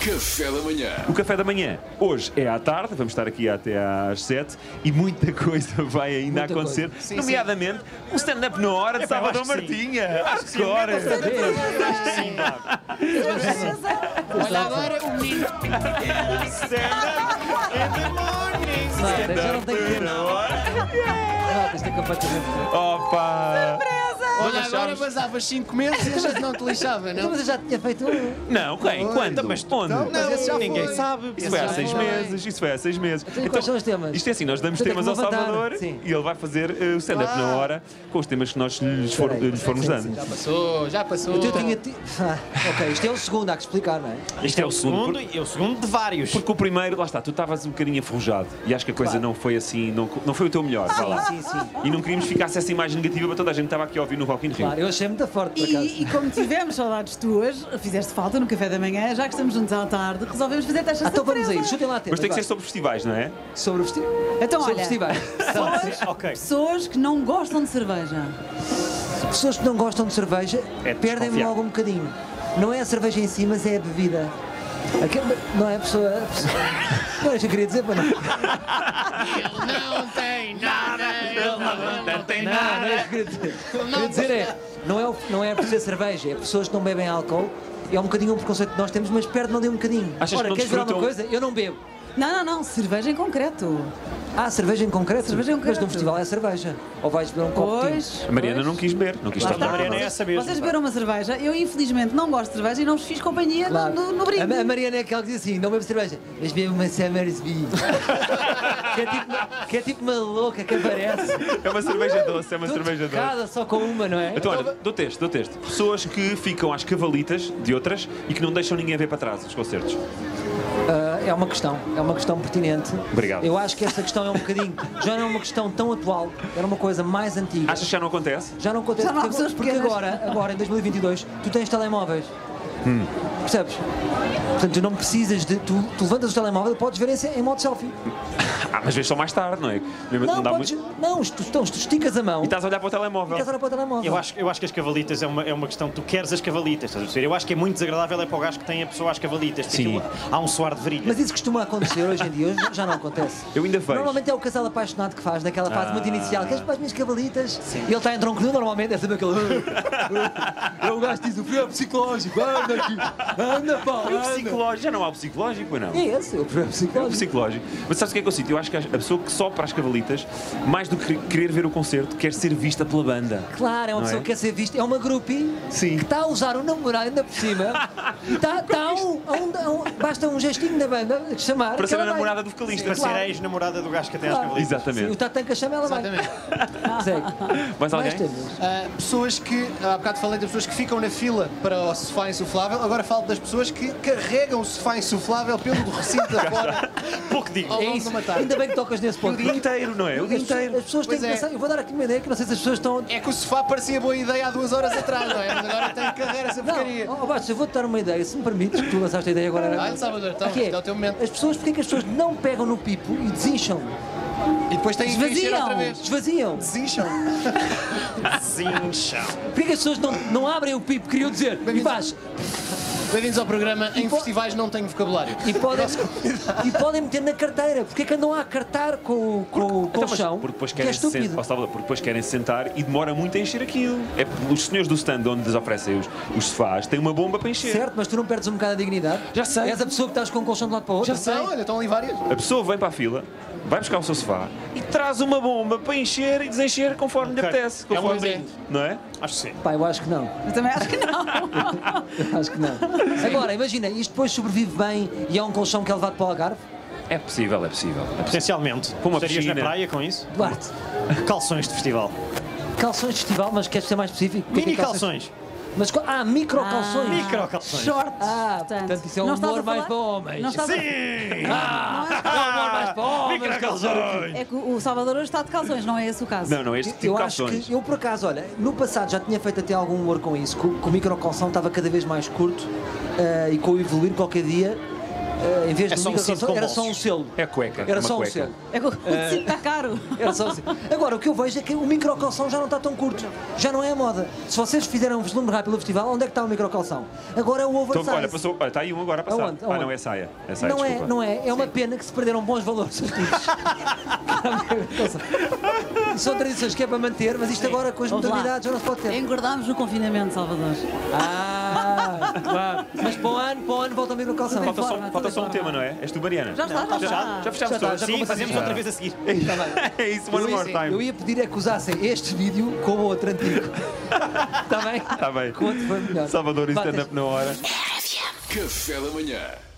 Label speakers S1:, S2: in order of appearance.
S1: Café da manhã.
S2: O café da manhã hoje é à tarde, vamos estar aqui até às 7 e muita coisa vai ainda
S3: Muita
S2: acontecer,
S3: coisa. Sim,
S2: nomeadamente um stand-up na hora de Salvador
S3: acho que sim.
S2: Martinha. Agora!
S4: Olha agora o menino.
S3: Não, já não tem que ter nada. Não, tens de ter completamente.
S2: Opa!
S4: Olha agora
S2: achámos-
S4: basavas 5 meses e a gente não te lixava,
S3: Então,
S4: não?
S3: Mas eu já tinha feito um.
S2: Não, quem? Quando? Onde?
S3: Mas esse já
S5: ninguém
S3: foi. Então,
S5: sabe.
S2: Isso foi há
S4: já
S2: seis
S4: foi.
S2: meses, isso foi há seis meses.
S3: quais são os temas? Então,
S2: Isto é assim, nós damos
S3: Eu tenho
S2: temas
S3: que
S2: ao
S3: me levantar,
S2: Salvador
S3: sim. Ah.
S2: e ele vai fazer eh, o stand-up na hora com os temas que nós lhes, for-
S3: Espera aí.
S2: lhes formos
S3: Sim,
S2: dando.
S3: sim.
S4: Passou, já passou.
S3: Eu tinha. ti- Ah, ok, isto é o segundo, há que explicar, não é?
S2: Isto é o segundo.
S5: Segundo, e o segundo de vários.
S2: Porque o primeiro, lá está, tu estavas um bocadinho enferrujado e acho que a coisa não foi assim, não, não foi o teu melhor, vá lá.
S3: Ah, Sim, sim.
S2: E não queríamos que ficasse essa imagem negativa para toda a gente que estava aqui a ouvir no Rock in Rio.
S3: Claro, eu achei muito forte, por acaso. Ah,
S6: E, e como tivemos saudades tuas, fizeste falta no café da manhã, já que estamos juntos à tarde, resolvemos fazer esta
S3: Ah, então vamos
S6: surpresa.
S3: aí, chutem lá a tempo.
S2: Mas tem que ser sobre festivais, não é?
S3: sobre o festival.
S6: é? Então,
S3: sobre
S6: olha,
S3: festivais.
S6: pessoas,
S5: Ok.
S6: pessoas que não gostam de cerveja.
S3: Pessoas que não gostam de cerveja
S2: É
S3: perdem-me
S2: desconfiar.
S3: logo um bocadinho. Não é a cerveja em si, mas é a bebida. Aquela- não é a pessoa. a pessoa- Não era isso que eu queria dizer, mas não.
S4: Ele não tem nada. Ele não tem
S3: Não, não é isso que eu queria dizer. Queria dizer é, não é, o- não é por ser cerveja, é pessoas que não bebem álcool. É um bocadinho um preconceito que nós temos, mas perdem ali um bocadinho.
S2: Achas que
S3: Ora,
S2: não
S3: queres ver alguma
S2: desfrutam?
S3: coisa? Eu não bebo.
S6: Não, não, não, cerveja em concreto.
S3: Ah, cerveja em concreto?
S6: Cerveja em
S3: Mas
S6: concreto.
S3: num festival é cerveja. Ou vais beber um copo de tinto.
S6: Pois.
S2: A Mariana
S6: pois.
S2: não quis beber, não quis
S6: Lá
S2: estar
S6: está,
S2: lá.
S5: Mariana é
S6: vocês-
S5: essa mesmo,
S6: Vocês
S5: pá.
S6: beberam uma cerveja, eu infelizmente não gosto de cerveja e não vos fiz companhia no-
S3: Claro.
S6: no, no
S3: a,
S6: brinde.
S3: Ma- a Mariana é aquela que diz assim: não bebo cerveja, mas bebo uma Summersby. que, é tipo, uma- que é tipo uma louca que aparece.
S2: É uma cerveja doce, é uma
S3: Tudo
S2: cerveja doce.
S3: tocada só com uma, não é?
S2: Então, olha, do texto, do texto. Pessoas que ficam às cavalitas de outras e que não deixam ninguém ver para trás os concertos.
S3: Ah, é uma questão, é uma questão pertinente.
S2: Obrigado.
S3: Eu acho que essa questão é um bocadinho. Já não é uma questão tão atual, era uma coisa mais antiga.
S2: Achas que já não acontece?
S3: Já não acontece
S6: Já não há
S3: porque,
S6: pessoas
S3: porque
S6: pequenas.
S3: agora, agora, em 2022, tu tens telemóveis. Percebes? Portanto, tu não precisas de. Tu, tu levantas o telemóvel e podes ver em, em modo selfie.
S2: Ah, mas vês só mais tarde, não é?
S3: Não, podes. Não, tu, então, tu, tu esticas a mão
S2: E tá
S3: e
S2: estás a olhar para o telemóvel.
S3: estás a olhar para o telemóvel.
S5: Eu acho, eu acho que as cavalitas é uma, é uma questão. Tu queres as cavalitas, estás a perceber? Eu acho que é muito desagradável é para o gajo que tem a pessoa às cavalitas. porque
S2: Sim.
S5: aquilo- Há um suar de virilha.
S3: Mas isso costuma acontecer hoje em dia, hoje já não acontece.
S2: Eu ainda vejo. Ah.
S3: Normalmente é o casal apaixonado que faz, naquela fase muito inicial, que és para as minhas cavalitas, e ele está em tronco nu, normalmente é sempre aquele. "Ah, É o gajo que diz o frio é psicológico, anda aqui, anda pá,
S2: E o
S3: anda.
S2: um psicológico, já não há o psicológico, pois não?
S3: É esse, o frio é
S2: É
S3: psicológico.
S2: psicológico. Mas sabes o que é que eu sinto? Eu acho que a pessoa que só para as cavalitas, mais do que querer ver o concerto, quer ser vista pela banda.
S3: Claro, é uma
S2: Não
S3: pessoa
S2: é?
S3: que quer ser vista, é uma groupie
S2: Sim.
S3: que está a usar o namorado ainda por cima. e Está, está a um, a um- a um- basta um gestinho da banda de chamar.
S2: Para
S3: que
S2: ser
S3: ela
S2: a
S3: vai.
S2: namorada do vocalista.
S5: Para
S3: claro.
S5: ser a ex-namorada do gajo que tem às
S3: Claro.
S5: cavalitas.
S2: Exatamente.
S3: Sim, o Tatanka chama ela vai.
S4: Exatamente.
S3: Segue.
S2: Mais alguém?
S3: Mais temas.
S4: Ah, pessoas que, há bocado falei das pessoas que ficam na fila para o sofá insuflável, agora falo das pessoas que carregam o sofá insuflável pelo recinto da fora
S5: Pouco digo.
S4: ao
S3: É
S4: longo de
S3: isso.
S4: uma tarde.
S3: Ainda bem que tocas nesse
S2: O
S3: ponto.
S2: dia inteiro, não é? O dia
S3: As pessoas,
S2: inteiro.
S3: as pessoas têm
S4: Pois
S3: que
S4: é.
S3: pensar. Eu vou dar aqui uma ideia que não sei se as pessoas estão.
S4: É que o sofá parecia boa ideia há duas horas atrás, não é? Mas agora tem que carregar essa porcaria.
S3: Não, oh, Bastos, eu vou-te dar uma ideia, se me permites, que tu lançaste a ideia agora.
S4: Vai, Salvador, então,
S3: Que
S4: este é o teu momento.
S3: As pessoas, porque é que as pessoas não pegam no pipo e desincham?
S4: E depois tem que encher
S6: Esvaziam.
S4: outra vez.
S3: Esvaziam?
S4: Desincham.
S5: Zincha.
S3: Porquê que as pessoas não, não abrem o pipo, queriam dizer? E faz.
S4: Bem-vindos ao programa Em
S3: po-
S4: Festivais Não Tenho Vocabulário.
S3: E podem, e podem meter na carteira. Porquê que andam a cartar com, o- com, o- com
S2: Então,
S3: o
S2: mas
S3: chão?
S2: porque depois
S3: que é
S2: querem se
S3: estúpido.
S2: sentar, ó, Salvador, porque depois querem sentar e demora muito a encher aquilo. É, porque os senhores do stand onde lhes oferecem os, os sofás têm uma bomba para encher.
S3: Certo, mas tu não perdes um bocado a dignidade.
S2: Já sei.
S3: És a pessoa que estás com o colchão de um lado para o outro.
S2: Já sei.
S4: Não, olha, estão ali várias.
S2: A pessoa vem para a fila, vai buscar o seu sofá e traz uma bomba para encher e desencher conforme lhe
S5: Ok.
S2: apetece.
S5: É um
S2: Conforme,
S4: brinde.
S2: Não é?
S5: Acho que sim.
S3: Pá, eu acho que não.
S6: Eu também acho que não.
S3: Acho que não. Agora, imagina, isto depois sobrevive bem e há um colchão que é levado para o Algarve?
S2: É possível, é possível.
S5: Potencialmente.
S2: uma
S5: Estarias na
S2: piscina.
S5: praia com isso?
S3: Duarte,
S5: Calções de festival.
S3: calções de festival, mas queres ser mais específico? O que é que é
S5: Mini calções.
S3: Mas, qual- ah, micro calções.
S5: Micro calções.
S6: Shorts.
S3: Ah, portanto, isso é um
S6: não estás a
S3: humor mais
S6: falar-
S3: para homens.
S6: Não estás a-
S3: É um humor mais para homens.
S5: Ah, Micro
S3: calções.
S5: calções.
S6: É que o Salvador hoje está de calções, não é esse o caso?
S2: Não, não, este tipo
S3: Eu
S2: de
S3: acho
S2: calções.
S3: que, eu por acaso, olha, no passado já tinha feito até algum eh, humor com isso, que, o- que o micro calção estava cada vez mais curto ah, e com o evoluir qualquer dia eh, em vez de
S5: É só um
S3: um microconsole,
S5: cinto com
S3: era só um
S5: bolsos.
S3: selo.
S2: É cueca,
S3: Era
S2: uma
S3: só um
S2: cueca.
S3: selo.
S6: É que o cinto está caro.
S3: Era só um selo. Agora, o que eu vejo é que o microcalção já não está tão curto. Já não é a moda. Se vocês fizeram um vislumbre rápido do festival, onde é que está o microcalção? Agora é o
S2: Então,
S3: oversize.
S2: olha, passou, olha, está aí um agora a passar.
S3: Aonde?
S2: Ah, não,
S3: Aonde?
S2: é saia. É saia,
S3: não
S2: desculpa.
S3: é, não é. É uma pena que se perderam bons valores artísticos. São tradições que é para manter, mas isto agora com as
S6: Vamos lá.
S3: modernidades já não se pode ter.
S6: Engordámos no confinamento, Salvador.
S3: Ah, claro. Mas para o ano, para o ano volta a micro calção.
S2: Falta só,
S6: Informa,
S2: falta só um
S6: informa.
S2: tema, não é? És tu, Mariana?
S6: Já está, já está.
S2: Já
S3: Já
S2: fechámos
S3: está,
S2: todos?
S3: já
S5: Sim,
S3: começamos
S5: fazemos
S3: já.
S5: outra vez a seguir. Tá
S2: É isso, one
S4: Eu ia-
S2: more
S3: Eu
S2: time.
S3: ia pedir é que usassem este vídeo com o outro antigo. Está bem?
S2: Está Tá bem.
S3: Com o outro foi melhor.
S2: Salvador é e
S3: Vá, tens-
S2: stand-up na hora.
S1: Café da manhã.